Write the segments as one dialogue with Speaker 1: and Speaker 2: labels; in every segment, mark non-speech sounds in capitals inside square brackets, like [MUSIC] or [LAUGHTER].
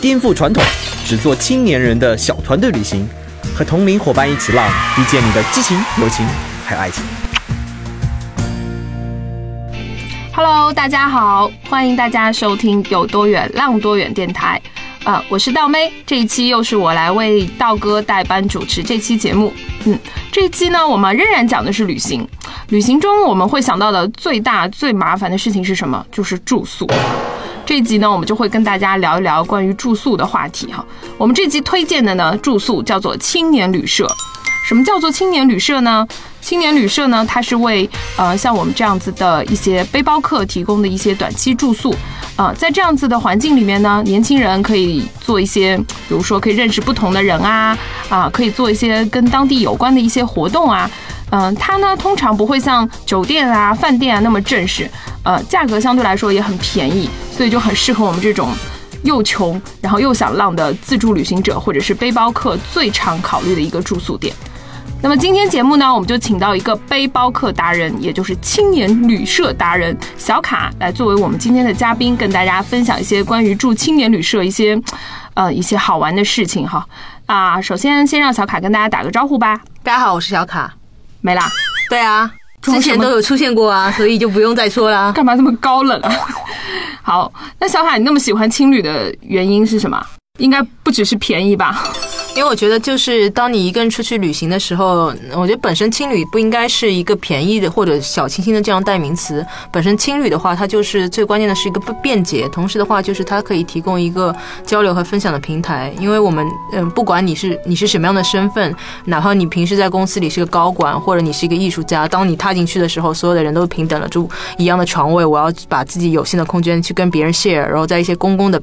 Speaker 1: 颠覆传统，只做青年人的小团队旅行，和同龄伙伴一起浪，遇见你的激情、友情还有爱情。
Speaker 2: Hello，大家好，欢迎大家收听《有多远浪多远》电台。呃，我是道妹，这一期又是我来为道哥代班主持这期节目。嗯，这一期呢，我们仍然讲的是旅行。旅行中我们会想到的最大最麻烦的事情是什么？就是住宿。这一集呢，我们就会跟大家聊一聊关于住宿的话题哈。我们这集推荐的呢，住宿叫做青年旅社。什么叫做青年旅社呢？青年旅社呢，它是为呃像我们这样子的一些背包客提供的一些短期住宿。呃，在这样子的环境里面呢，年轻人可以做一些，比如说可以认识不同的人啊，啊、可以做一些跟当地有关的一些活动啊。嗯、它呢通常不会像酒店啊、饭店啊那么正式，呃，价格相对来说也很便宜，所以就很适合我们这种又穷然后又想浪的自助旅行者或者是背包客最常考虑的一个住宿点。那么今天节目呢，我们就请到一个背包客达人，也就是青年旅社达人小卡来作为我们今天的嘉宾，跟大家分享一些关于住青年旅社一些，呃，一些好玩的事情哈。啊，首先先让小卡跟大家打个招呼吧，
Speaker 3: 大家好，我是小卡。
Speaker 2: 没啦， [LAUGHS]
Speaker 3: 对啊，
Speaker 2: 装
Speaker 3: 之
Speaker 2: 什么
Speaker 3: 前都有出现过啊，所以就不用再说啦。
Speaker 2: 干嘛这么高冷啊？好，那小卡你那么喜欢青旅的原因是什么？应该不只是便宜吧？
Speaker 3: 因为我觉得，就是当你一个人出去旅行的时候，我觉得本身青旅不应该是一个便宜的或者小清新的这样代名词。本身青旅的话，它就是最关键的是一个不便捷，同时的话就是它可以提供一个交流和分享的平台。因为我们，嗯、不管你是你是什么样的身份，哪怕你平时在公司里是个高管，或者你是一个艺术家，当你踏进去的时候，所有的人都平等了，住一样的床位。我要把自己有限的空间去跟别人 share，然后在一些公共的。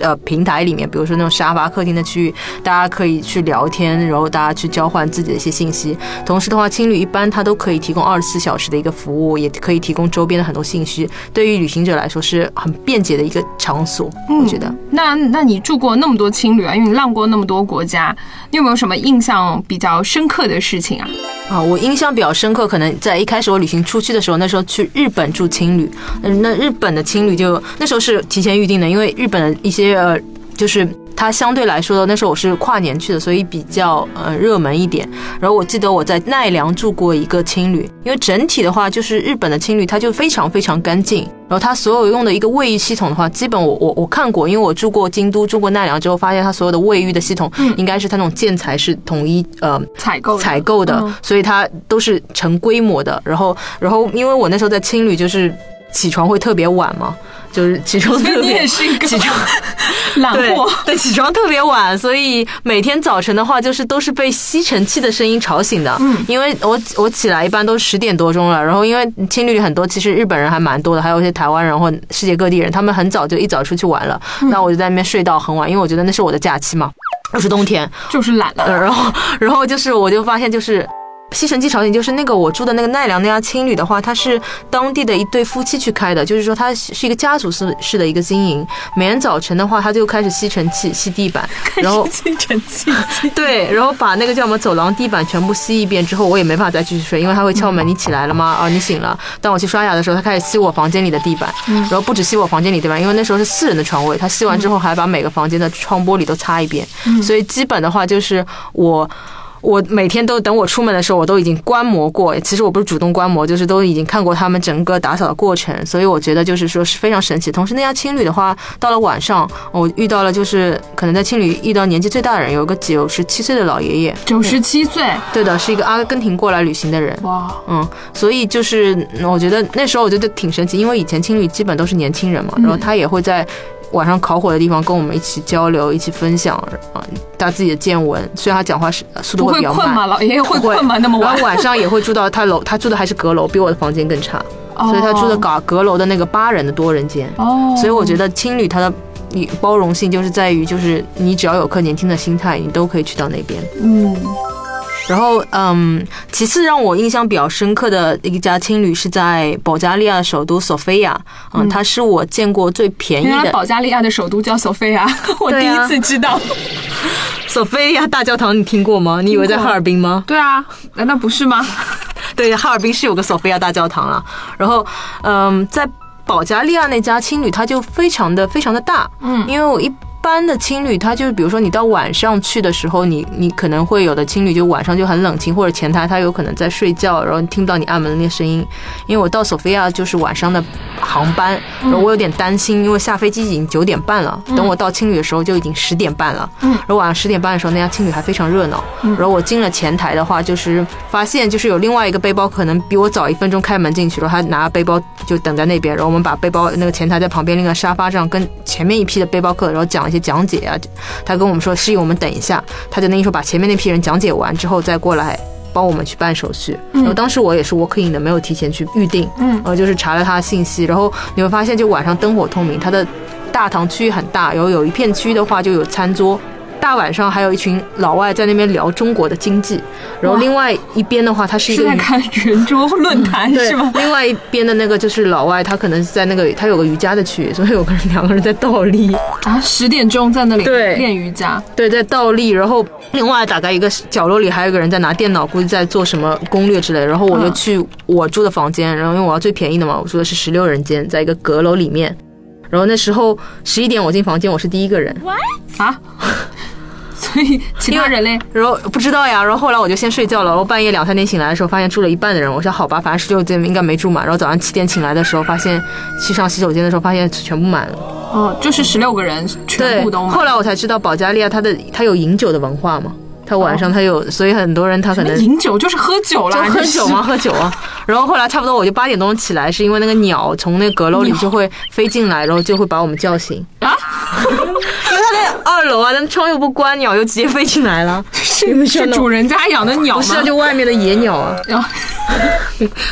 Speaker 3: 呃，平台里面，比如说那种沙发、客厅的区域，大家可以去聊天，然后大家去交换自己的一些信息。同时的话，青旅一般它都可以提供二十四小时的一个服务，也可以提供周边的很多信息。对于旅行者来说，是很便捷的一个场所，我觉得。
Speaker 2: 那那你住过那么多青旅啊，因为你浪过那么多国家，你有没有什么印象比较深刻的事情啊？
Speaker 3: 啊，我印象比较深刻，可能在一开始我旅行出去的时候，那时候去日本住青旅，嗯，那日本的青旅就那时候是提前预定的，因为日本的一些呃，就是它相对来说，那时候我是跨年去的，所以比较呃热门一点。然后我记得我在奈良住过一个青旅，因为整体的话就是日本的青旅，它就非常非常干净，然后它所有用的一个卫浴系统的话，基本我我我看过，因为我住过京都，住过奈良之后，发现它所有的卫浴的系统应该是它那种建材是统一呃
Speaker 2: 采购的
Speaker 3: 采购的，
Speaker 2: 嗯
Speaker 3: 所以它都是成规模的。然后，然后因为我那时候在青旅，就是起床会特别晚嘛，就是起 [LAUGHS] 床
Speaker 2: 所以
Speaker 3: 特
Speaker 2: 你
Speaker 3: 别
Speaker 2: 也 [LAUGHS] 是一个
Speaker 3: 起床
Speaker 2: [LAUGHS] 懒
Speaker 3: 对
Speaker 2: 货。
Speaker 3: 对，起床特别晚，所以每天早晨的话，就是都是被吸尘器的声音吵醒的。嗯，因为我我起来一般都十点多钟了，然后因为青旅里很多其实日本人还蛮多的，还有一些台湾人或世界各地人，他们很早就一早出去玩了，那我就在那边睡到很晚，因为我觉得那是我的假期嘛，又是冬天，
Speaker 2: 就是懒了。
Speaker 3: 呃，然后然后就是我就发现就是。吸尘器场景就是那个我住的那个奈良那家青旅的话，它是当地的一对夫妻去开的，就是说它是是一个家族式式的一个经营。每天早晨的话，他就开始吸尘器吸地板，然后
Speaker 2: 吸尘器，
Speaker 3: [LAUGHS] 对，然后把那个叫什么走廊地板全部吸一遍之后，我也没法再继续睡，因为他会敲门，你起来了吗？啊，你醒了。当我去刷牙的时候，他开始吸我房间里的地板，然后不止吸我房间里地板，因为那时候是四人的床位，他吸完之后还把每个房间的窗玻璃都擦一遍，所以基本的话就是我。我每天都等我出门的时候，我都已经观摩过。其实我不是主动观摩，就是都已经看过他们整个打扫的过程，所以我觉得就是说是非常神奇。同时，那家青旅的话，到了晚上，我遇到了就是可能在青旅遇到年纪最大的人，有一个九十七岁的老爷爷，
Speaker 2: 九十七岁，
Speaker 3: 对的，是一个阿根廷过来旅行的人。
Speaker 2: 哇，
Speaker 3: 嗯，所以就是嗯我觉得那时候我觉得挺神奇，因为以前青旅基本都是年轻人嘛，然后他也会在晚上烤火的地方跟我们一起交流、一起分享啊、他自己的见闻。虽然他讲话是呃速
Speaker 2: 不
Speaker 3: 度会
Speaker 2: 会
Speaker 3: 比较
Speaker 2: 困
Speaker 3: 慢，
Speaker 2: 吗？老爷爷会
Speaker 3: 不会
Speaker 2: 困吗？那么
Speaker 3: 然
Speaker 2: 晚
Speaker 3: 后，晚上也会住到他楼，他住的还是阁楼，比我的房间更差，所以他住的
Speaker 2: 高。
Speaker 3: 阁阁楼的那个八人的多人间。
Speaker 2: 哦，
Speaker 3: 所以我觉得青旅它的你包容性就是在于，就是你只要有颗年轻的心态，你都可以去到那边。
Speaker 2: 嗯，
Speaker 3: 然后，嗯，其次让我印象比较深刻的一家青旅是在保加利亚首都索菲亚，嗯，它是我见过最便宜
Speaker 2: 原来
Speaker 3: 的
Speaker 2: 保加利亚的首都叫索菲亚， [LAUGHS] 我第
Speaker 3: 对
Speaker 2: 一
Speaker 3: 啊
Speaker 2: 次知
Speaker 3: [LAUGHS]
Speaker 2: 道。
Speaker 3: 索菲亚大教堂，你听过吗？你以为在哈尔滨吗？
Speaker 2: 对啊，难道不是吗？
Speaker 3: [LAUGHS] 对，哈尔滨是有个索菲亚大教堂啊。然后，嗯，在保加利亚那家青旅，它就非常的非常的大，
Speaker 2: 嗯
Speaker 3: 因为我一。般的青旅，它就是比如说你到晚上去的时候，你你可能会有的青旅就晚上就很冷清，或者前台它有可能在睡觉，然后你听不到你按门铃的声音。因为我到索菲亚就是晚上的航班，然后我有点担心，因为下飞机已经九点半了，等我到青旅的时候就已经十点半了。
Speaker 2: 嗯
Speaker 3: 然后晚上十点半的时候，那家青旅还非常热闹。
Speaker 2: 嗯
Speaker 3: 然后我进了前台的话，就是发现就是有另外一个背包可能比我早一分钟开门进去，然后他拿背包就等在那边，然后我们把背包那个前台在旁边那个沙发上跟前面一批的背包客，然后讲一些讲解啊，他跟我们说示意我们等一下，他就那一说把前面那批人讲解完之后再过来。帮我们去办手续，
Speaker 2: 嗯
Speaker 3: 然后当时我也是 walk in 的，没有提前去预定，
Speaker 2: 嗯
Speaker 3: 呃，就是查了他的信息，然后你会发现，就晚上灯火通明，它的大堂区域很大，然后有一片区域的话就有餐桌，大晚上还有一群老外在那边聊中国的经济，然后
Speaker 2: 哇
Speaker 3: 另外一边的话，它是一
Speaker 2: 是
Speaker 3: 个
Speaker 2: 在
Speaker 3: 娱
Speaker 2: 看圆桌论坛
Speaker 3: 对
Speaker 2: 是吗？
Speaker 3: 另外一边的那个就是老外，他可能是在那个他有个瑜伽的区域， [LAUGHS] 所以有个人两个人在倒立，
Speaker 2: 啊，十点钟在那里
Speaker 3: 对
Speaker 2: 练瑜伽，
Speaker 3: 对，在倒立，然后另外大概一个角落里还有一个人在拿电脑，估计在做什么攻略之类的。然后我就
Speaker 2: 嗯
Speaker 3: 去我住的房间，然后因为我要最便宜的嘛，我住的是十六人间，在一个阁楼里面。然后那时候十一点我进房间，我是第一个人，
Speaker 2: 啊， [LAUGHS] 所以其他人嘞，
Speaker 3: 然后不知道呀，然后后来我就先睡觉了。然后半夜两三点醒来的时候，发现住了一半的人，我说好吧，反正十六间应该没住满。然后早上七点醒来的时候，发现去上洗手间的时候，发现全部满了。
Speaker 2: 哦，就是十六个人全
Speaker 3: 对
Speaker 2: 部都，买
Speaker 3: 后来我才知道保加利亚它的它有饮酒的文化嘛，它晚上它有，所以很多人他可
Speaker 2: 那
Speaker 3: 能
Speaker 2: 饮酒就是喝酒啦，
Speaker 3: 就喝 [LAUGHS] 酒吗？
Speaker 2: 吗？
Speaker 3: 喝酒啊！然后后来差不多我就八点钟起来，是因为那个鸟从那个阁楼里就会飞进来，然后就会把我们叫醒。
Speaker 2: 啊，
Speaker 3: 因为它在二楼啊，但窗又不关，鸟又直接飞进来 [LAUGHS] 了。
Speaker 2: 是是主人家养的鸟
Speaker 3: 不
Speaker 2: 吗？
Speaker 3: 是啊，就外面的野鸟啊。
Speaker 2: 然后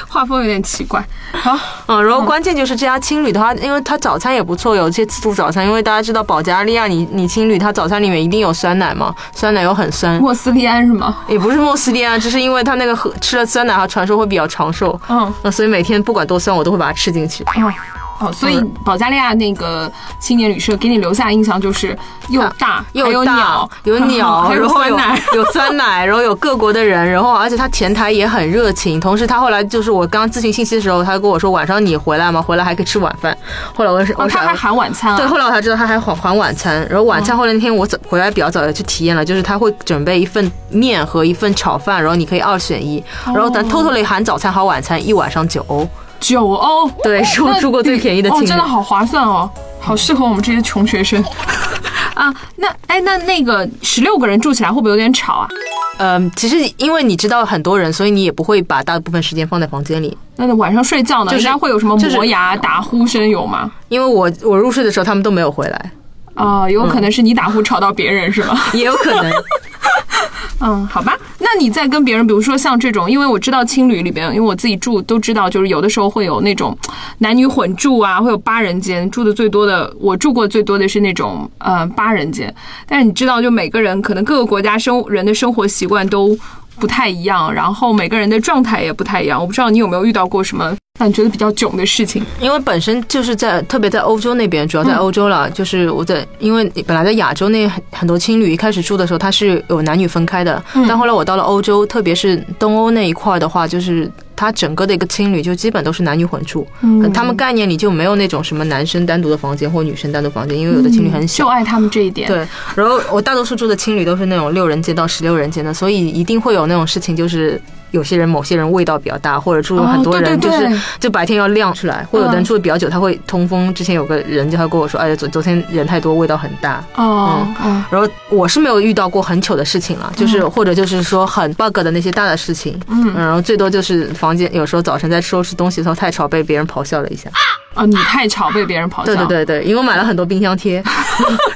Speaker 2: 画风有点奇怪，好，
Speaker 3: 嗯，然后关键就是这家青旅的话，因为它早餐也不错，有一些自助早餐。因为大家知道保加利亚你，你青旅它早餐里面一定有酸奶嘛，酸奶又很酸。
Speaker 2: 莫斯利安是吗？
Speaker 3: 也不是莫斯利啊，只是因为它那个喝吃了酸奶，它传说会比较长寿。
Speaker 2: 嗯
Speaker 3: 嗯，所以每天不管多酸，我都会把它吃进去。
Speaker 2: 哦。哦，所以保加利亚那个青年旅社给你留下印象就是又大，
Speaker 3: 啊又
Speaker 2: 还有
Speaker 3: 大
Speaker 2: 鸟， [LAUGHS]
Speaker 3: 有鸟，
Speaker 2: 还有
Speaker 3: 然后
Speaker 2: 酸
Speaker 3: [LAUGHS]
Speaker 2: 奶，哦
Speaker 3: 有酸奶，然后有各国的人，然后而且他前台也很热情。同时，他后来就是我刚咨询信息的时候，他跟我说晚上你回来吗？回来还可以吃晚饭。后来我是
Speaker 2: 哦，
Speaker 3: 我
Speaker 2: 他还
Speaker 3: 想。
Speaker 2: 含晚餐啊？
Speaker 3: 对，后来我才知道他还还还晚餐，然后晚餐后来那天我早回来比较早也去体验了，就是他会准备一份面和一份炒饭，然后你可以二选一，然后
Speaker 2: 哦
Speaker 3: 咱 totally 含早餐和晚餐一晚上九欧，
Speaker 2: 九欧，
Speaker 3: 对，是我
Speaker 2: 哦那
Speaker 3: 住过最便宜的青
Speaker 2: 哦，
Speaker 3: 旅。
Speaker 2: 真的好划算哦，好适合我们这些穷学生 [LAUGHS] 啊。那哎，那那个十六个人住起来会不会有点吵啊？
Speaker 3: 嗯，其实因为你知道很多人，所以你也不会把大部分时间放在房间里，
Speaker 2: 那晚上睡觉呢，
Speaker 3: 就是
Speaker 2: 应该会有什么
Speaker 3: 就是嗯
Speaker 2: 磨牙、打呼声有吗？
Speaker 3: 因为我我入睡的时候他们都没有回来，
Speaker 2: 啊、有
Speaker 3: 嗯
Speaker 2: 可能是你打呼吵到别人是吗？
Speaker 3: [LAUGHS] 也有可能。
Speaker 2: 嗯，好吧。那你在跟别人，比如说像这种，因为我知道青旅里边，因为我自己住都知道，就是有的时候会有那种男女混住啊，会有八人间。住的最多的，我住过最多的是那种呃八人间。但是你知道，就每个人可能各个国家生人的生活习惯都不太一样，然后每个人的状态也不太一样。我不知道你有没有遇到过什么让你觉得比较囧的事情？
Speaker 3: 因为本身就是在特别在欧洲那边，主要在欧洲了，就是我在因为本来在亚洲那很很多青旅一开始住的时候，它是有男女分开的，
Speaker 2: 嗯
Speaker 3: 但后来我到了欧洲，特别是东欧那一块的话，就是它整个的一个青旅就基本都是男女混住，
Speaker 2: 嗯
Speaker 3: 他们概念里就没有那种什么男生单独的房间或女生单独房间，因为有的青旅很小
Speaker 2: 就。爱他们这一点。，
Speaker 3: 对，然后我大多数住的青旅都是那种六人间到十六人间的，所以一定会有那种事情，就是有些人某些人味道比较大，或者住了很多
Speaker 2: 哦对
Speaker 3: 人就
Speaker 2: 对
Speaker 3: 是、
Speaker 2: 对嗯
Speaker 3: 就白天要晾出来，或者有的人住的比较久，他会通风。之前有个人就他跟我说，哎呀，昨昨天人太多，味道很大。
Speaker 2: 哦，嗯
Speaker 3: 然后我是没有遇到过很糗的事情了，就是、或者就是说很 bug 的那些大的事情，
Speaker 2: 嗯
Speaker 3: 然后最多就是房房间，有时候早晨在收拾东西的时候太吵，被别人咆哮了一下。
Speaker 2: 啊，你太吵被别人咆哮。
Speaker 3: 对对对对，因为我买了很多冰箱贴，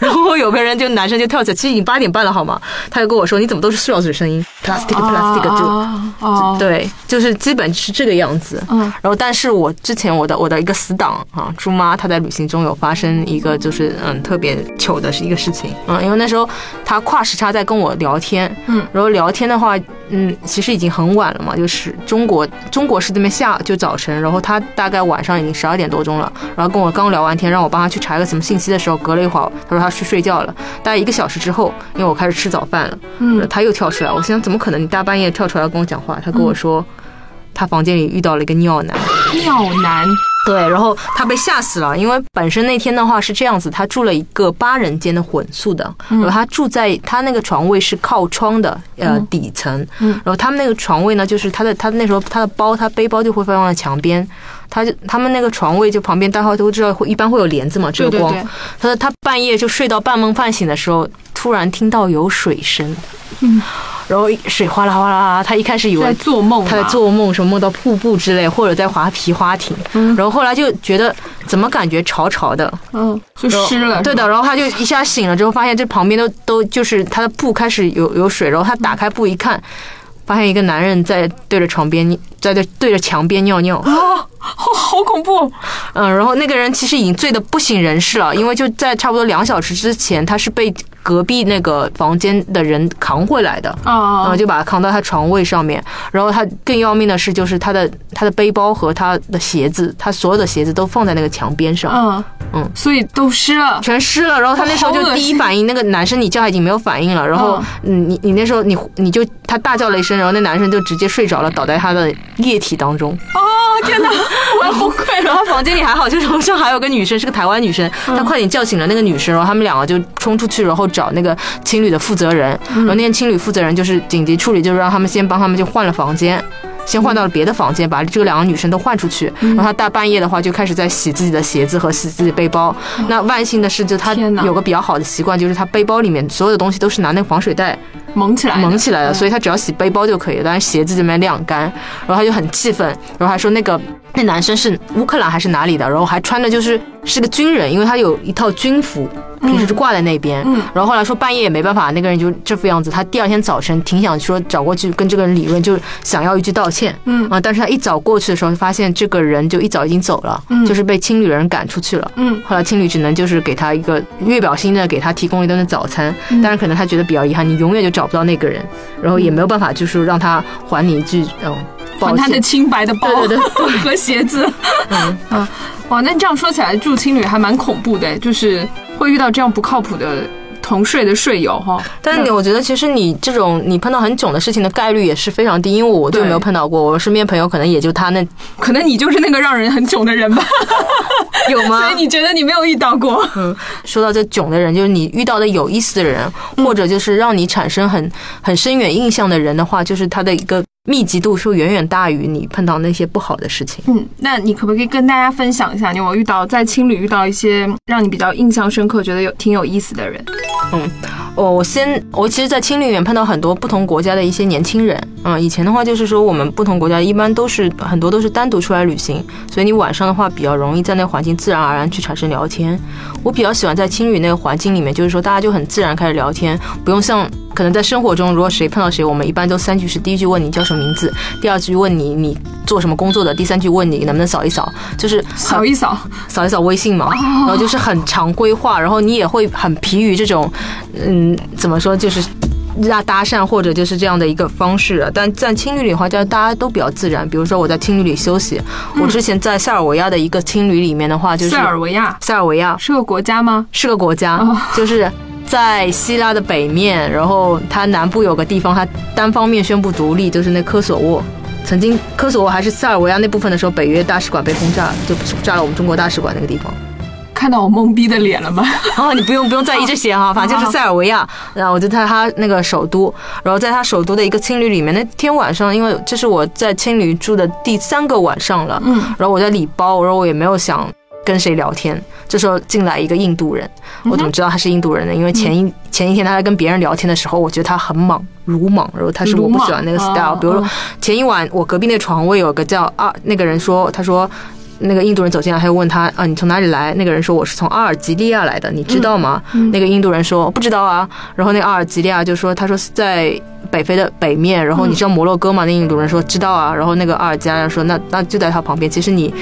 Speaker 3: 然后有个人就男生就跳起来，其实已经八点半了好吗？他就跟我说你怎么都是塑料纸声音，plastic
Speaker 2: 啊，
Speaker 3: plastic 就。
Speaker 2: 啊哦，
Speaker 3: 对，就是基本是这个样子。
Speaker 2: 嗯
Speaker 3: 然后，但是我之前我的我的一个死党啊，猪妈，她在旅行中有发生一个就是嗯特别糗的是一个事情，嗯，因为那时候她跨时差在跟我聊天，
Speaker 2: 嗯，
Speaker 3: 然后聊天的话，嗯，其实已经很晚了嘛，就是中国中国是这边下就早晨，然后她大概晚上已经十二点多钟了，然后跟我刚聊完天，让我帮她去查一个什么信息的时候，隔了一会儿，她说她去睡觉了，大概一个小时之后，因为我开始吃早饭了。
Speaker 2: 嗯，
Speaker 3: 他又跳出来，我想怎么可能？你大半夜跳出来跟我讲话？他跟我说，他房间里遇到了一个尿男。
Speaker 2: 尿男，
Speaker 3: 对，然后他被吓死了，因为本身那天的话是这样子，他住了一个八人间的混宿的，然后他住在他那个床位是靠窗的，呃，底层，
Speaker 2: 嗯
Speaker 3: 然后他们那个床位呢，就是他的他那时候他的包，他背包就会放在墙边，他就他们那个床位就旁边，大家都知道会一般会有帘子嘛遮
Speaker 2: 对对
Speaker 3: 光，
Speaker 2: 对
Speaker 3: 他说他半夜就睡到半梦半醒的时候，突然听到有水声，
Speaker 2: 嗯，
Speaker 3: 然后水哗啦哗啦啦，他一开始以为
Speaker 2: 在做梦啊吧，
Speaker 3: 他在做梦，什么梦到瀑布之类，或者在滑皮划艇，然后后来就觉得怎么感觉潮潮的，
Speaker 2: 嗯，就湿了，
Speaker 3: 对
Speaker 2: 是吧，
Speaker 3: 的，然后他就一下醒了之后，发现这旁边都都就是他的布开始有有水，然后他打开布一看，发现一个男人在对着床边在对对着墙边尿尿，
Speaker 2: 啊，好好恐怖，
Speaker 3: 嗯，然后那个人其实已经醉得不省人事了，因为就在差不多两小时之前，他是被隔壁那个房间的人扛回来的，然
Speaker 2: 啊
Speaker 3: 后，就把他扛到他床位上面。然后他更要命的是，就是他的他的背包和他的鞋子，他所有的鞋子都放在那个墙边上，
Speaker 2: 嗯
Speaker 3: 嗯啊
Speaker 2: 所以都湿了，
Speaker 3: 全湿了。然后他那时候
Speaker 2: 好恶
Speaker 3: 就
Speaker 2: 心
Speaker 3: 第一反应，那个男生你叫他已经没有反应了。然后嗯你你那时候你你就他大叫了一声，然后那男生就直接睡着了，倒在他的液体当中。
Speaker 2: 哦，天哪，我要崩溃
Speaker 3: 然
Speaker 2: 了
Speaker 3: 后，他房间里还好，就是楼上还有个女生，是个台湾女生，
Speaker 2: 嗯
Speaker 3: 他快点叫醒了那个女生，然后他们两个就冲出去，然后找那个青旅的负责人，
Speaker 2: 嗯
Speaker 3: 然后那个青旅负责人就是紧急处理，就是让他们先帮他们就换了房间。先换到了别的房间，把这两个女生都换出去。
Speaker 2: 嗯
Speaker 3: 然后他大半夜的话就开始在洗自己的鞋子和洗自己的背包。那万幸的是，就他
Speaker 2: 哦天哪
Speaker 3: 有个比较好的习惯，就是他背包里面所有的东西都是拿那个防水袋
Speaker 2: 蒙起来，嗯
Speaker 3: 蒙起来了，所以他只要洗背包就可以了，但是鞋子这边晾干，然后他就很气愤，然后还说那个那男生是乌克兰还是哪里的，然后还穿的就是是个军人，因为他有一套军服，平时就挂在那边，
Speaker 2: 嗯
Speaker 3: 然后后来说半夜也没办法，那个人就这副样子，他第二天早晨挺想说找过去跟这个人理论，就想要一句道歉，
Speaker 2: 嗯
Speaker 3: 啊，但是他一早过去的时候，发现这个人就一早已经走了，
Speaker 2: 嗯
Speaker 3: 就是被青旅的人赶出去了，
Speaker 2: 嗯
Speaker 3: 后来青旅只能就是给他一个月表新的给他提供一顿的早餐，
Speaker 2: 嗯
Speaker 3: 但是可能他觉得比较遗憾，你永远就找不到那个人，然后也没有办法就是让他还你一句嗯抱
Speaker 2: 还他的
Speaker 3: 歉。
Speaker 2: 清白的包
Speaker 3: 对对
Speaker 2: [LAUGHS]
Speaker 3: 嗯
Speaker 2: 和鞋子。啊，哇，那你这样说起来，住青旅还蛮恐怖的，就是会遇到这样不靠谱的同睡的睡友哈。
Speaker 3: 但你我觉得其实你这种你碰到很囧的事情的概率也是非常低，因为我就
Speaker 2: 对
Speaker 3: 没有碰到过，我身边朋友可能也就他那
Speaker 2: 可能你就是那个让人很囧的人吧，
Speaker 3: 有吗
Speaker 2: [LAUGHS] 所以？你觉得你没有遇到过？
Speaker 3: [LAUGHS] 说到这囧的人，就是你遇到的有意思的人，
Speaker 2: 嗯
Speaker 3: 或者就是让你产生很很深远印象的人的话，就是他的一个密集度是远远大于你碰到那些不好的事情。
Speaker 2: 嗯，那你可不可以跟大家分享一下，你有没有遇到在青旅遇到一些让你比较印象深刻、觉得有挺有意思的人？
Speaker 3: 哦我我先，我其实，在青旅里面碰到很多不同国家的一些年轻人，嗯，以前的话就是说，我们不同国家一般都是很多都是单独出来旅行，所以你晚上的话比较容易在那个环境自然而然去产生聊天。我比较喜欢在青旅那个环境里面，就是说大家就很自然开始聊天，不用像可能在生活中，如果谁碰到谁，我们一般都三句是：第一句问你叫什么名字，第二句问你你做什么工作的，第三句问你能不能扫一扫，就是很
Speaker 2: 扫一扫，
Speaker 3: 扫一扫微信嘛，然后就是很常规化，然后你也会很疲于这种，嗯，怎么说就是。搭搭讪或者就是这样的一个方式啊，但在青旅里的话，就大家都比较自然。比如说我在青旅里休息，我之前在塞尔维亚的一个青旅里面的话，就是
Speaker 2: 塞尔维亚
Speaker 3: 塞尔维亚
Speaker 2: 是个国家吗？
Speaker 3: 是个国家
Speaker 2: 哦，
Speaker 3: 就是在希腊的北面，然后它南部有个地方，它单方面宣布独立，就是那科索沃。曾经科索沃还是塞尔维亚那部分的时候，北约大使馆被轰炸，就炸了我们中国大使馆那个地方。
Speaker 2: 看到我懵逼的脸了吗？
Speaker 3: [LAUGHS] 哦，你不用不用在意这些哈，反正就是塞尔维亚，然后我就在他那个首都，然后在他首都的一个青旅里面，那天晚上，因为这是我在青旅住的第三个晚上了，
Speaker 2: 嗯
Speaker 3: 然后我在理包，然后我也没有想。跟谁聊天。这时候进来一个印度人，
Speaker 2: 嗯
Speaker 3: 我怎么知道他是印度人呢？因为前一前一天他在跟别人聊天的时候，我觉得他很莽，鲁莽，然后他是我不喜欢那个
Speaker 2: 鲁莽
Speaker 3: style。
Speaker 2: 哦
Speaker 3: 比如说
Speaker 2: 哦
Speaker 3: 前一晚我隔壁那床位有个叫啊那个人说，他说。那个印度人走进来，他就问他啊，你从哪里来？那个人说我是从阿尔及利亚来的，你知道吗？
Speaker 2: 嗯
Speaker 3: 那个印度人说不知道啊。然后那个阿尔及利亚就说，他说是在北非的北面。然后你知道摩洛哥吗？那印度人说知道啊。然后那个阿尔及利亚人说那那就在他旁边。其实你，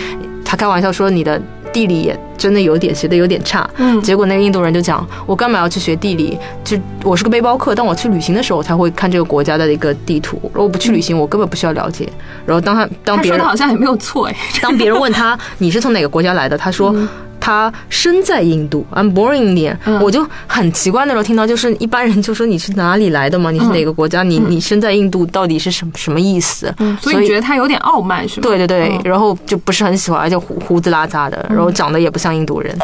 Speaker 3: 他开玩笑说你的地理也真的有点学的有点差。
Speaker 2: 嗯
Speaker 3: 结果那个印度人就讲，我干嘛要去学地理？就我是个背包客，当我去旅行的时候，我才会看这个国家的一个地图。如果不去旅行，我根本不需要了解。然后当他当
Speaker 2: 他
Speaker 3: 别
Speaker 2: 说
Speaker 3: 人
Speaker 2: 的好像也没有错哎， [LAUGHS]
Speaker 3: 当别人问他你是从哪个国家来的，他说。他身在印度，I'm born in India，、
Speaker 2: 嗯
Speaker 3: 我就很奇怪那时候听到，就是一般人就说你是哪里来的嘛，你
Speaker 2: 嗯
Speaker 3: 是哪个国家，你你身在印度到底是什么什么意思？
Speaker 2: 所以你觉得他有点傲慢是吗？
Speaker 3: 对对对，
Speaker 2: 嗯
Speaker 3: 然后就不是很喜欢，而且胡胡子拉碴的，然后长得也不像印度人。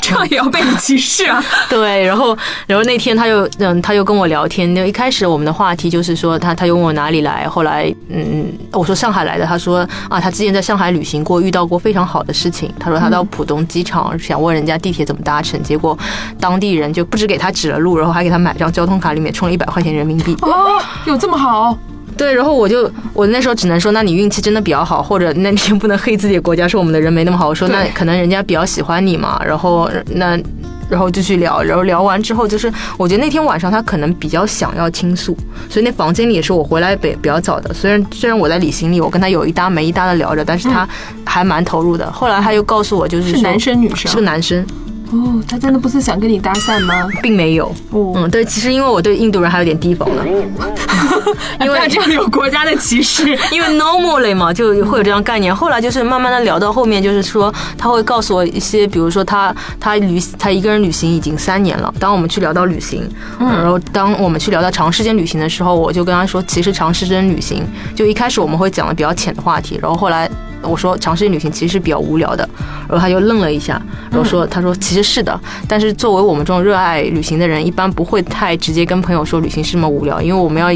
Speaker 2: 这样也要被你歧视
Speaker 3: [LAUGHS]
Speaker 2: 啊？
Speaker 3: 对，然后然后那天他又嗯，他又跟我聊天，就一开始我们的话题就是说他他又问我哪里来，后来嗯，我说上海来的，他说啊，他之前在上海旅行过，遇到过非常好的事情。他说他到浦东机场想问人家地铁怎么搭乘，结果当地人就不止给他指了路，然后还给他买张交通卡，里面充了一百块钱人民币。
Speaker 2: 哦，有这么好？
Speaker 3: 对，然后我就我那时候只能说，那你运气真的比较好，或者那你也不能黑自己的国家，说我们的人没那么好。我说那
Speaker 2: 对
Speaker 3: 可能人家比较喜欢你嘛，然后那。然后就去聊，然后聊完之后，就是我觉得那天晚上他可能比较想要倾诉，所以那房间里也是我回来比比较早的。虽然虽然我在旅行里，我跟他有一搭没一搭的聊着，但是他还蛮投入的。后来他又告诉我，就是
Speaker 2: 嗯是
Speaker 3: 说
Speaker 2: 男生女
Speaker 3: 是个
Speaker 2: 生？
Speaker 3: 男生，
Speaker 2: 哦，他真的不是想跟你搭讪吗？
Speaker 3: 并没有。
Speaker 2: 哦，
Speaker 3: 嗯，对，其实因为我对印度人还有点提防呢，
Speaker 2: 因 [LAUGHS] 为这样有国家的歧
Speaker 3: [LAUGHS]
Speaker 2: 视。
Speaker 3: 因为 normally 嘛，就会有这样概念。后来就是慢慢的聊到后面，就是说他会告诉我一些，比如说他他旅他一个人旅行已经三年了。当我们去聊到旅行，
Speaker 2: 嗯
Speaker 3: 然后当我们去聊到长时间旅行的时候，我就跟他说，其实长时间旅行就一开始我们会讲的比较浅的话题，然后后来。我说长时间旅行其实是比较无聊的，然后他就愣了一下，然
Speaker 2: 嗯
Speaker 3: 后说：“他说其实是的，但是作为我们这种热爱旅行的人，一般不会太直接跟朋友说旅行是这么无聊，因为我们要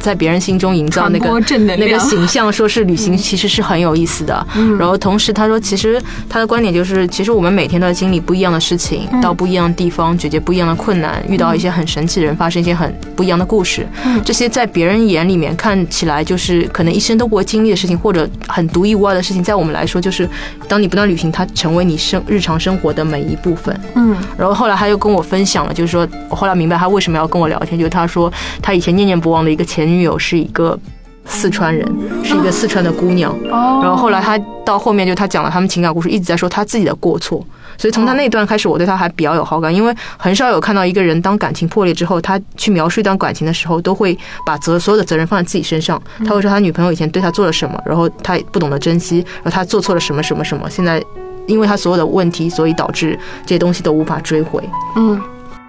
Speaker 3: 在别人心中营造那个
Speaker 2: 传播正能量
Speaker 3: 那个形象，说是旅行其实是很有意思的。然后同时他说，其实他的观点就是，其实我们每天都在经历不一样的事情，到不一样的地方，解决不一样的困难，遇到一些很神奇的人，发生一些很不一样的故事。这些在别人眼里面看起来就是可能一生都不会经历的事情，或者很独一无二的事情，在我们来说，就是当你不断旅行，它成为你生日常生活的每一部分。
Speaker 2: 嗯，
Speaker 3: 然后后来他又跟我分享了，就是说我后来明白他为什么要跟我聊天，就是他说他以前念念不忘的一个前女友是一个四川人，是一个四川的姑娘。
Speaker 2: 哦
Speaker 3: 然后后来他到后面就他讲了他们情感故事，一直在说他自己的过错。所以从他那段开始，我对他还比较有好感，因为很少有看到一个人当感情破裂之后，他去描述一段感情的时候，都会把责所有的责任放在自己身上。他会说他女朋友以前对他做了什么，然后他不懂得珍惜，然后他做错了什么什么什么，现在。因为他所有的问题，所以导致这些东西都无法追回。
Speaker 2: 嗯，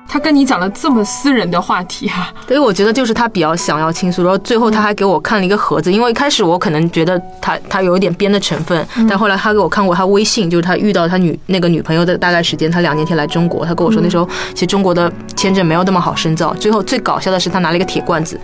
Speaker 2: 他跟你讲了这么私人的话题啊，
Speaker 3: 所以我觉得就是他比较想要倾诉，然后最后他还给我看了一个盒子，因为一开始我可能觉得他他有一点编的成分，但后来他给我看过他微信，就是他遇到他女那个女朋友的大概时间，他两年前来中国，他跟我说那时候其实中国的签证没有那么好深造，最后最搞笑的是他拿了一个铁罐子，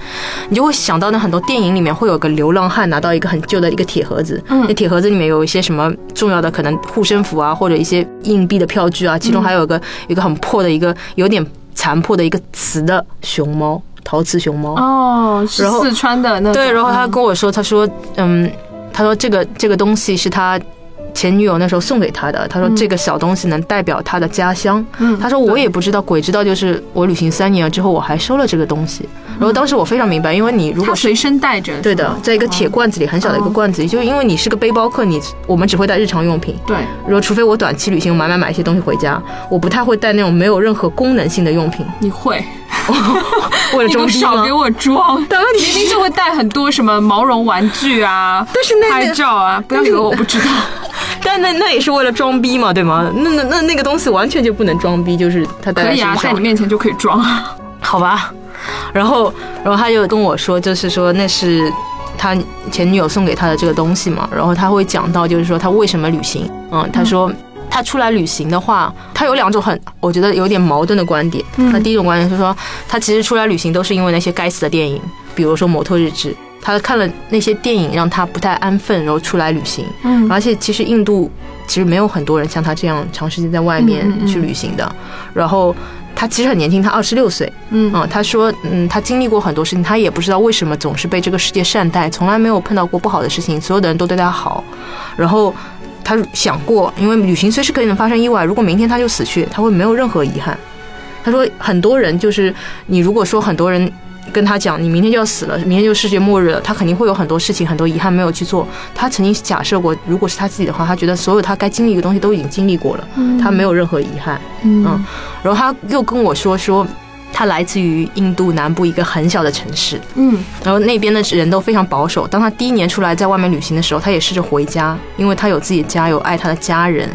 Speaker 3: 你就会想到那很多电影里面会有个流浪汉拿到一个很旧的一个铁盒子，
Speaker 2: 嗯
Speaker 3: 那铁盒子里面有一些什么重要的可能护身符啊，或者一些硬币的票据啊，其中还有一个、一个很破的一个有点残破的一个瓷的熊猫，陶瓷熊猫。
Speaker 2: 哦，是
Speaker 3: 然后
Speaker 2: 四川的那
Speaker 3: 对，然后他
Speaker 2: 嗯
Speaker 3: 跟我说，他说，嗯，他说这个这个东西是他。前女友那时候送给他的，他说这个小东西能代表他的家乡。
Speaker 2: 嗯
Speaker 3: 他说我也不知道，鬼知道就是我旅行三年了之后，我还收了这个东西。然后当时我非常明白，因为你如
Speaker 2: 他
Speaker 3: 果是
Speaker 2: 随身带着，嗯
Speaker 3: 对
Speaker 2: 是
Speaker 3: 的
Speaker 2: 吗，
Speaker 3: 在一个铁罐子里，很小的一个罐
Speaker 2: 哦
Speaker 3: 子里，就是因为你是个背包客，你我们只会带日常用品，
Speaker 2: 对，
Speaker 3: 然后除非我短期旅行，我买买买一些东西回家，我不太会带那种没有任何功能性的
Speaker 2: [LAUGHS]
Speaker 3: 用品，
Speaker 2: 你会，
Speaker 3: 为了
Speaker 2: 你
Speaker 3: 装
Speaker 2: 都
Speaker 3: 逼
Speaker 2: 少
Speaker 3: 吗
Speaker 2: 给？我装，
Speaker 3: 但问题
Speaker 2: 明明就会带很多什么毛绒玩具啊，
Speaker 3: 但是那个
Speaker 2: 拍照啊，不要以为我不知道，
Speaker 3: 但那那也是为了装逼嘛，对吗？那那那那个东西完全就不能装逼，就是它
Speaker 2: [LAUGHS]
Speaker 3: 带
Speaker 2: 可
Speaker 3: 在
Speaker 2: 以啊，
Speaker 3: 身
Speaker 2: 在
Speaker 3: 上
Speaker 2: 你面前就可以装啊，
Speaker 3: 好吧。然后，然后他就跟我说，就是说那是他前女友送给他的这个东西嘛。然后他会讲到，就是说他为什么旅行。嗯，他说他出来旅行的话，他有两种很我觉得有点矛盾的观点。
Speaker 2: 嗯
Speaker 3: 那第一种观点是说，他其实出来旅行都是因为那些该死的电影，比如说《摩托日志》。他看了那些电影，让他不太安分，然后出来旅行。
Speaker 2: 嗯
Speaker 3: 而且其实印度其实没有很多人像他这样长时间在外面
Speaker 2: 嗯嗯嗯
Speaker 3: 去旅行的。然后他其实很年轻，他二十六岁。
Speaker 2: 嗯
Speaker 3: 嗯，他说，嗯，他经历过很多事情，他也不知道为什么总是被这个世界善待，从来没有碰到过不好的事情，所有的人都对他好。然后他想过，因为旅行随时可以能发生意外，如果明天他就死去，他会没有任何遗憾。他说，很多人就是你，如果说很多人。跟他讲，你明天就要死了，明天就世界末日了，他肯定会有很多事情、很多遗憾没有去做。他曾经假设过，如果是他自己的话，他觉得所有他该经历的东西都已经经历过了，他没有任何遗憾。
Speaker 2: 嗯
Speaker 3: 嗯然后他又跟我说说，他来自于印度南部一个很小的城市，
Speaker 2: 嗯
Speaker 3: 然后那边的人都非常保守。当他第一年出来在外面旅行的时候，他也试着回家，因为他有自己的家，有爱他的家人。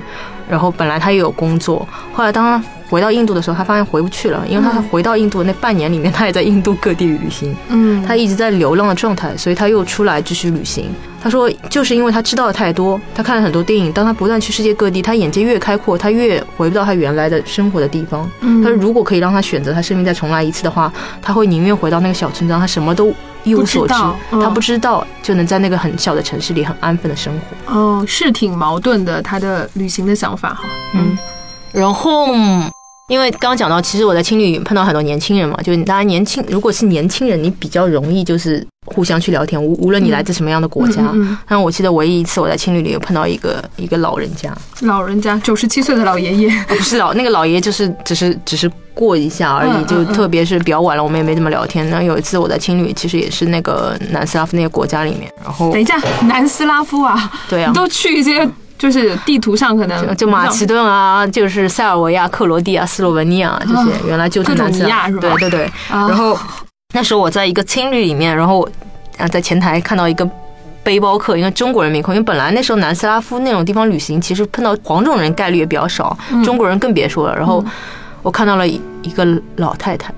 Speaker 3: 然后本来他也有工作，后来当他回到印度的时候，他发现回不去了，因为他
Speaker 2: 嗯
Speaker 3: 回到印度那半年里面，他也在印度各地旅行。
Speaker 2: 嗯，
Speaker 3: 他一直在流浪的状态，所以他又出来继续旅行。他说，就是因为他知道的太多，他看了很多电影，当他不断去世界各地，他眼界越开阔，他越回不到他原来的生活的地方。
Speaker 2: 嗯
Speaker 3: 他说，如果可以让他选择他生命再重来一次的话，他会宁愿回到那个小村庄，他什么都一无所知，
Speaker 2: 不知道嗯
Speaker 3: 他不知道就能在那个很小的城市里很安分的生活。
Speaker 2: 哦，是挺矛盾的，他的旅行的想法哈。
Speaker 3: 嗯，然后嗯因为刚刚讲到，其实我在青旅碰到很多年轻人嘛，就是大家年轻，如果是年轻人，你比较容易就是互相去聊天，无无论你来自什么样的国家。
Speaker 2: 嗯嗯
Speaker 3: 但我记得唯一一次我在青旅里有碰到一个一个老人家，
Speaker 2: 嗯老人家九十七岁的老爷爷，
Speaker 3: 哦不是老那个老爷，就是只是只是过一下而
Speaker 2: 嗯
Speaker 3: 已，
Speaker 2: 嗯
Speaker 3: 就
Speaker 2: 嗯
Speaker 3: 特别是比较晚了，我们也没怎么聊天。然后有一次我在青旅，其实也是那个南斯拉夫那个国家里面，然后
Speaker 2: 等一下，南斯拉夫啊，
Speaker 3: 对啊
Speaker 2: 你，都去一些就是地图上可能
Speaker 3: 就就马其顿啊，就是塞尔维亚、克罗地亚、斯洛文尼亚这些，
Speaker 2: 啊
Speaker 3: 原来就是
Speaker 2: 各种
Speaker 3: 南斯拉
Speaker 2: 尼亚是吧
Speaker 3: 对对对。
Speaker 2: 啊，
Speaker 3: 然后那时候我在一个青旅里面，然后我啊在前台看到一个。背包客，因为中国人面孔，因为本来那时候南斯拉夫那种地方旅行，其实碰到黄种人概率也比较少，中国人更别说了。然后我看到了一一个老太太，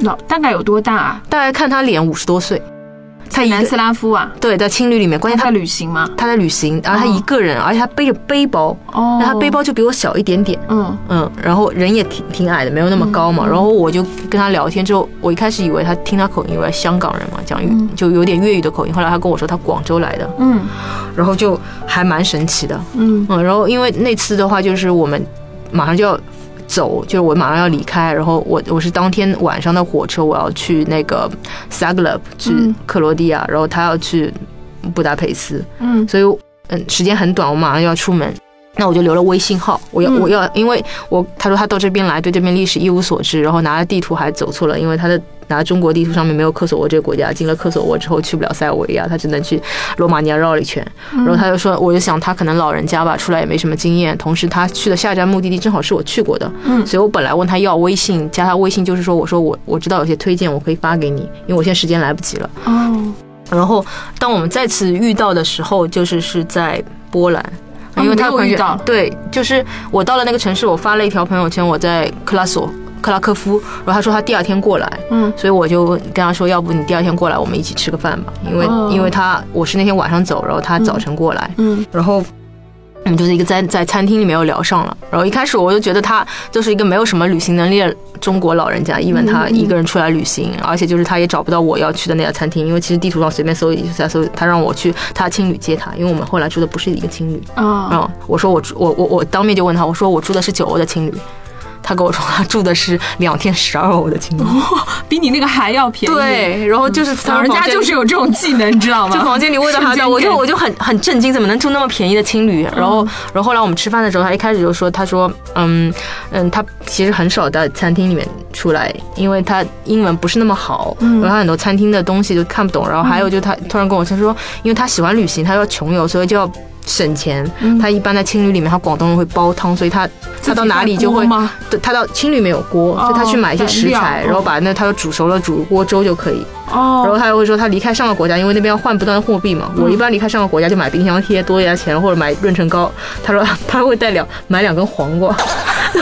Speaker 2: 老大概有多大啊？
Speaker 3: 大概看她脸五十多岁，她一
Speaker 2: 南斯
Speaker 3: 个
Speaker 2: 拉夫啊，
Speaker 3: 对在青旅里面，关
Speaker 2: 他
Speaker 3: 键
Speaker 2: 在
Speaker 3: 她
Speaker 2: 旅行吗？
Speaker 3: 她在旅行，然后她一个人，而且她背着背包，
Speaker 2: 哦
Speaker 3: 那她背包就比我小一点点，
Speaker 2: 嗯
Speaker 3: 嗯，然后人也挺挺矮的，没有那么高嘛。然后我就跟他聊天之后，我一开始以为他听他口音，以为他香港人嘛，讲粤、就有点粤语的口音。后来他跟我说他广州来的，
Speaker 2: 嗯
Speaker 3: 然后就还蛮神奇的。
Speaker 2: 嗯
Speaker 3: 嗯，然后因为那次的话，就是我们马上就要走，就是我马上要离开，然后我我是当天晚上的火车，我要去那个 Zagreb 去
Speaker 2: 嗯
Speaker 3: 克罗地亚，然后他要去布达佩斯，
Speaker 2: 嗯
Speaker 3: 所以嗯，时间很短，我马上要出门。那我就留了微信号，我要、
Speaker 2: 嗯
Speaker 3: 我要，因为我他说他到这边来对这边历史一无所知，然后拿了地图还走错了，因为他的拿中国地图上面没有科索沃这个国家，进了科索沃之后去不了塞尔维亚，他只能去罗马尼亚绕了一圈。
Speaker 2: 嗯
Speaker 3: 然后他就说，我就想他可能老人家吧，出来也没什么经验，同时他去的下一站目的地正好是我去过的，
Speaker 2: 嗯
Speaker 3: 所以我本来问他要微信，加他微信就是说，我说我我知道有些推荐我可以发给你，因为我现在时间来不及了。
Speaker 2: 哦，
Speaker 3: 然后当我们再次遇到的时候，就是是在波兰。
Speaker 2: 啊
Speaker 3: 因为他
Speaker 2: 你们又
Speaker 3: 朋友
Speaker 2: 遇到了
Speaker 3: 对，就是我到了那个城市，我发了一条朋友圈，我在克拉索克拉科夫，然后他说他第二天过来，
Speaker 2: 嗯
Speaker 3: 所以我就跟他说，要不你第二天过来，我们一起吃个饭吧，因为、
Speaker 2: 哦
Speaker 3: 因为他我是那天晚上走，然后他早晨过来，
Speaker 2: 嗯
Speaker 3: 然后我们就是一个在在餐厅里面又聊上了。然后一开始我就觉得他就是一个没有什么旅行能力的中国老人家，因为他一个人出来旅行，而且就是他也找不到我要去的那家餐厅，因为其实地图上随便搜一下搜，他让我去他青旅接他，因为我们后来住的不是一个青旅。
Speaker 2: 啊，
Speaker 3: 嗯，我说我住我我我当面就问他，我说我住的是九欧的青旅。他跟我说，他住的是两天十二欧的青旅。
Speaker 2: 比你那个还要便宜。，
Speaker 3: 哦 [LAUGHS] 对，然后就是他
Speaker 2: 老人
Speaker 3: 房
Speaker 2: 家
Speaker 3: 间
Speaker 2: 就是有这种技能，你知道吗？
Speaker 3: 就
Speaker 2: [LAUGHS]
Speaker 3: 房间里味道还在，我就我就很很震惊，怎么能住那么便宜的青旅？然后，然后后来我们吃饭的时候，他一开始就说，他说，嗯嗯，他其实很少到餐厅里面出来，因为他英文不是那么好，
Speaker 2: 嗯
Speaker 3: 然后他很多餐厅的东西就看不懂。然后还有就他突然跟我说，说因为他喜欢旅行，他要穷游，所以就要。省钱，他一般在青旅里面，他广东人会煲汤，所以他他到哪里就会
Speaker 2: 嗯自己带锅吗，
Speaker 3: 对他到青旅没有锅，
Speaker 2: 哦
Speaker 3: 所以他去买一些食
Speaker 2: 带
Speaker 3: 材，
Speaker 2: 料
Speaker 3: 然后把那他就煮熟了煮锅粥就可以。然后
Speaker 2: 哦，嗯
Speaker 3: 他又会说他离开上个国家，因为那边要换不断的货币嘛。我一般离开上个国家就买冰箱贴多一点钱，或者买润唇膏。他说 [LAUGHS] 他会带两买两根黄瓜。 [LAUGHS]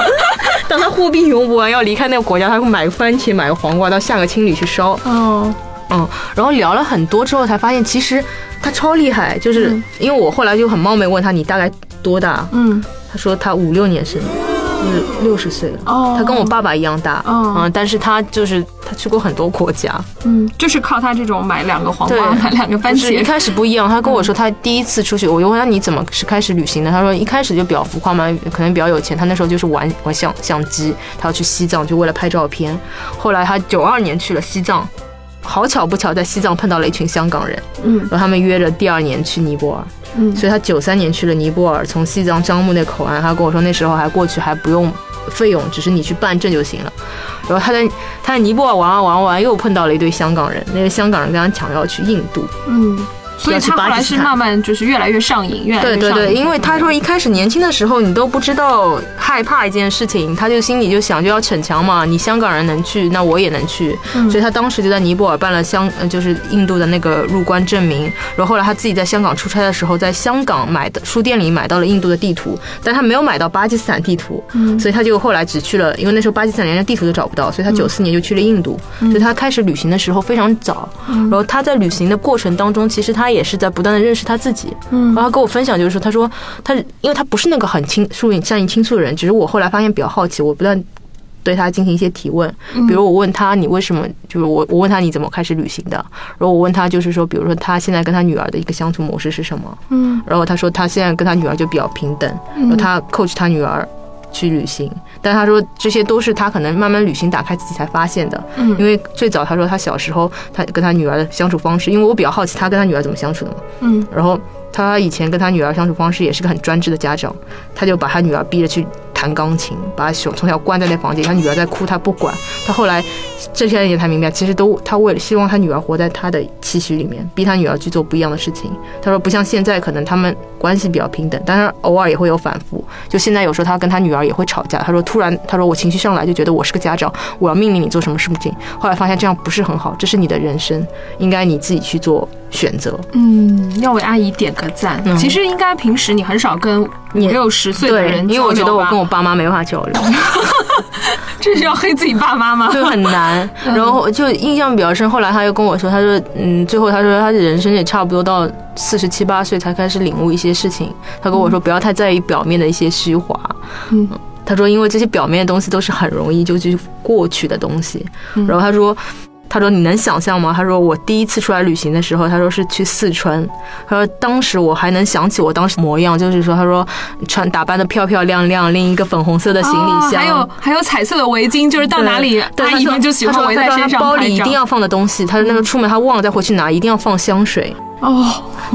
Speaker 3: 当他货币用不完要离开那个国家，他会买个番茄，买个黄瓜到下个青旅去烧。
Speaker 2: 哦，
Speaker 3: 嗯，然后聊了很多之后才发现，其实他超厉害，就是、
Speaker 2: 嗯
Speaker 3: 因为我后来就很冒昧问他你大概多大，
Speaker 2: 嗯，
Speaker 3: 他说他五六年生。就是六十岁了，
Speaker 2: 哦
Speaker 3: 他跟我爸爸一样大，
Speaker 2: 哦
Speaker 3: 嗯，但是他就是他去过很多国家，
Speaker 2: 嗯，就是靠他这种买两个黄瓜，
Speaker 3: 对
Speaker 2: 买两个番
Speaker 3: 就是一
Speaker 2: 茄，
Speaker 3: 开始不一样，他跟我说他第一次出去，我就问他你怎么是开始旅行的？他说一开始就比较浮夸嘛，可能比较有钱。他那时候就是玩玩相相机，他要去西藏就为了拍照片。后来他九二年去了西藏，好巧不巧在西藏碰到了一群香港人，
Speaker 2: 嗯
Speaker 3: 然后他们约着第二年去尼泊尔，
Speaker 2: 嗯
Speaker 3: 所以他九三年去了尼泊尔，从西藏樟木那口岸，他跟我说那时候还过去还不用费用，只是你去办证就行了。然后他在他在尼泊尔玩啊玩啊玩，又碰到了一堆香港人，那个香港人跟他抢要去印度。
Speaker 2: 嗯，所以
Speaker 3: 要去
Speaker 2: 他后
Speaker 3: 巴
Speaker 2: 来
Speaker 3: 基斯
Speaker 2: 是
Speaker 3: 坦
Speaker 2: 慢慢就是越来越上瘾，越来越
Speaker 3: 对
Speaker 2: 上瘾。
Speaker 3: 对对，因为他说一开始年轻的时候你都不知道害怕一件事情，他就心里就想就要逞强嘛，你香港人能去，那我也能去，
Speaker 2: 嗯
Speaker 3: 所以他当时就在尼泊尔办了香，呃就是印度的那个入关证明，然后后来他自己在香港出差的时候，在香港买的书店里买到了印度的地图，但他没有买到巴基斯坦地图，所以他就后来只去了，因为那时候巴基斯坦连地图都找不到，所以他九四年就去了印度，所以他开始旅行的时候非常早，然后他在旅行的过程当中，其实他也是在不断的认识他自己，
Speaker 2: 嗯
Speaker 3: 然后他跟我分享就是说，他说他因为他不是那个很倾诉善于倾诉的人，只是我后来发现比较好奇，我不断对他进行一些提问，比如我问他你为什么就是我我问他你怎么开始旅行的，然后我问他就是说，比如说他现在跟他女儿的一个相处模式是什么，
Speaker 2: 嗯
Speaker 3: 然后他说他现在跟他女儿就比较平等，然后他 coach 他女儿去旅行，但他说这些都是他可能慢慢旅行打开自己才发现的，
Speaker 2: 嗯
Speaker 3: 因为最早他说他小时候他跟他女儿的相处方式，因为我比较好奇他跟他女儿怎么相处的嘛，
Speaker 2: 嗯
Speaker 3: 然后他以前跟他女儿相处方式也是个很专制的家长，他就把他女儿逼着去弹钢琴，把他小从小关在那房间，他女儿在哭他不管。他后来这些年才明白，其实都他为了希望他女儿活在他的期许里面，逼他女儿去做不一样的事情。他说不像现在可能他们关系比较平等，但是偶尔也会有反复。就现在有时候他跟他女儿也会吵架，他说突然他说我情绪上来就觉得我是个家长，我要命令你做什么事情。后来发现这样不是很好，这是你的人生，应该你自己去做选择。
Speaker 2: 嗯，要为阿姨点个赞。
Speaker 3: 嗯
Speaker 2: 其实应该平时你很少跟五
Speaker 3: 你
Speaker 2: 六十岁的
Speaker 3: 对，
Speaker 2: 人交流吧，
Speaker 3: 因为我觉得我跟我爸妈没办法交流，
Speaker 2: 这是要黑自己爸妈
Speaker 3: [LAUGHS]
Speaker 2: 吗？
Speaker 3: 就很难。
Speaker 2: 嗯
Speaker 3: 然后就印象比较深，后来他又跟我说，他说，嗯，最后他说他的人生也差不多到四十七八岁才开始领悟一些事情。他跟我说，不要太在意表面的一些虚华。
Speaker 2: 嗯
Speaker 3: 他说，因为这些表面的东西都是很容易就去过去的东西。
Speaker 2: 嗯
Speaker 3: 然后他说。他说：“你能想象吗？”他说：“我第一次出来旅行的时候，他说是去四川。他说当时我还能想起我当时模样，就是说，他说穿打扮的漂漂亮亮，拎一个粉红色的行
Speaker 2: 哦
Speaker 3: 李箱，
Speaker 2: 还有还有彩色的围巾，就是到哪里
Speaker 3: 对
Speaker 2: 阿姨们就喜欢围在身上
Speaker 3: 他说他包
Speaker 2: 拍
Speaker 3: 里一
Speaker 2: 照
Speaker 3: 定要放的东西，他说那个出门他忘了再回去拿，一定要放香水，
Speaker 2: 哦，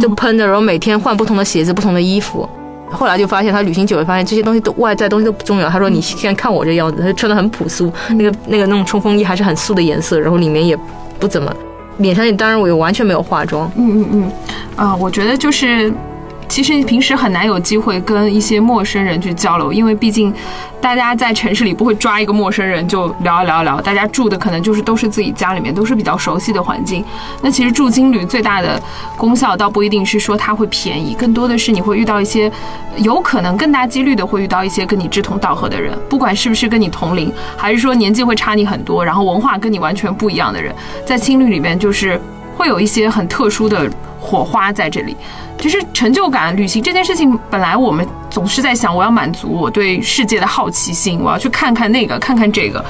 Speaker 3: 就喷的，然后每天换不同的鞋子、不同的衣服。后来就发现，他旅行久了，发现这些东西都外在东西都不重要。他说：“你现在看我这样子，他就穿的很朴素，
Speaker 2: 嗯
Speaker 3: 那个那个那种冲锋衣还是很素的颜色，然后里面也不怎么，脸上也当然我也完全没有化妆。
Speaker 2: 嗯嗯嗯，啊、我觉得就是。其实平时很难有机会跟一些陌生人去交流，因为毕竟大家在城市里不会抓一个陌生人就聊一聊一聊，大家住的可能就是都是自己家里面，都是比较熟悉的环境。那其实住青旅最大的功效倒不一定是说它会便宜，更多的是你会遇到一些有可能更大几率的会遇到一些跟你志同道合的人，不管是不是跟你同龄，还是说年纪会差你很多，然后文化跟你完全不一样的人，在青旅里面就是会有一些很特殊的火花在这里。其实成就感、旅行这件事情，本来我们总是在想，我要满足我对世界的好奇心，我要去看看那个，看看这个。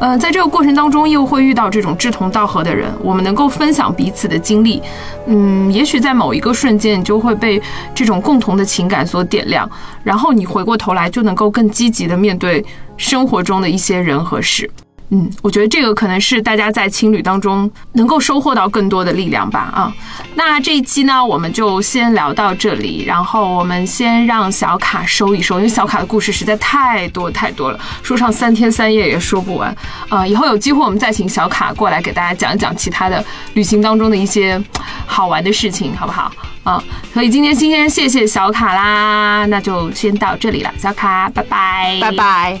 Speaker 2: 呃，在这个过程当中，又会遇到这种志同道合的人，我们能够分享彼此的经历。嗯，也许在某一个瞬间，你就会被这种共同的情感所点亮，然后你回过头来就能够更积极的面对生活中的一些人和事。嗯，我觉得这个可能是大家在青旅当中能够收获到更多的力量吧啊。那这一期呢，我们就先聊到这里，然后我们先让小卡收一收，因为小卡的故事实在太多太多了，说上三天三夜也说不完。呃，以后有机会我们再请小卡过来给大家讲一讲其他的旅行当中的一些嗯好玩的事情，好不好？啊、所以今天先谢谢小卡啦，那就先到这里了，小卡，拜拜，
Speaker 3: 拜。拜。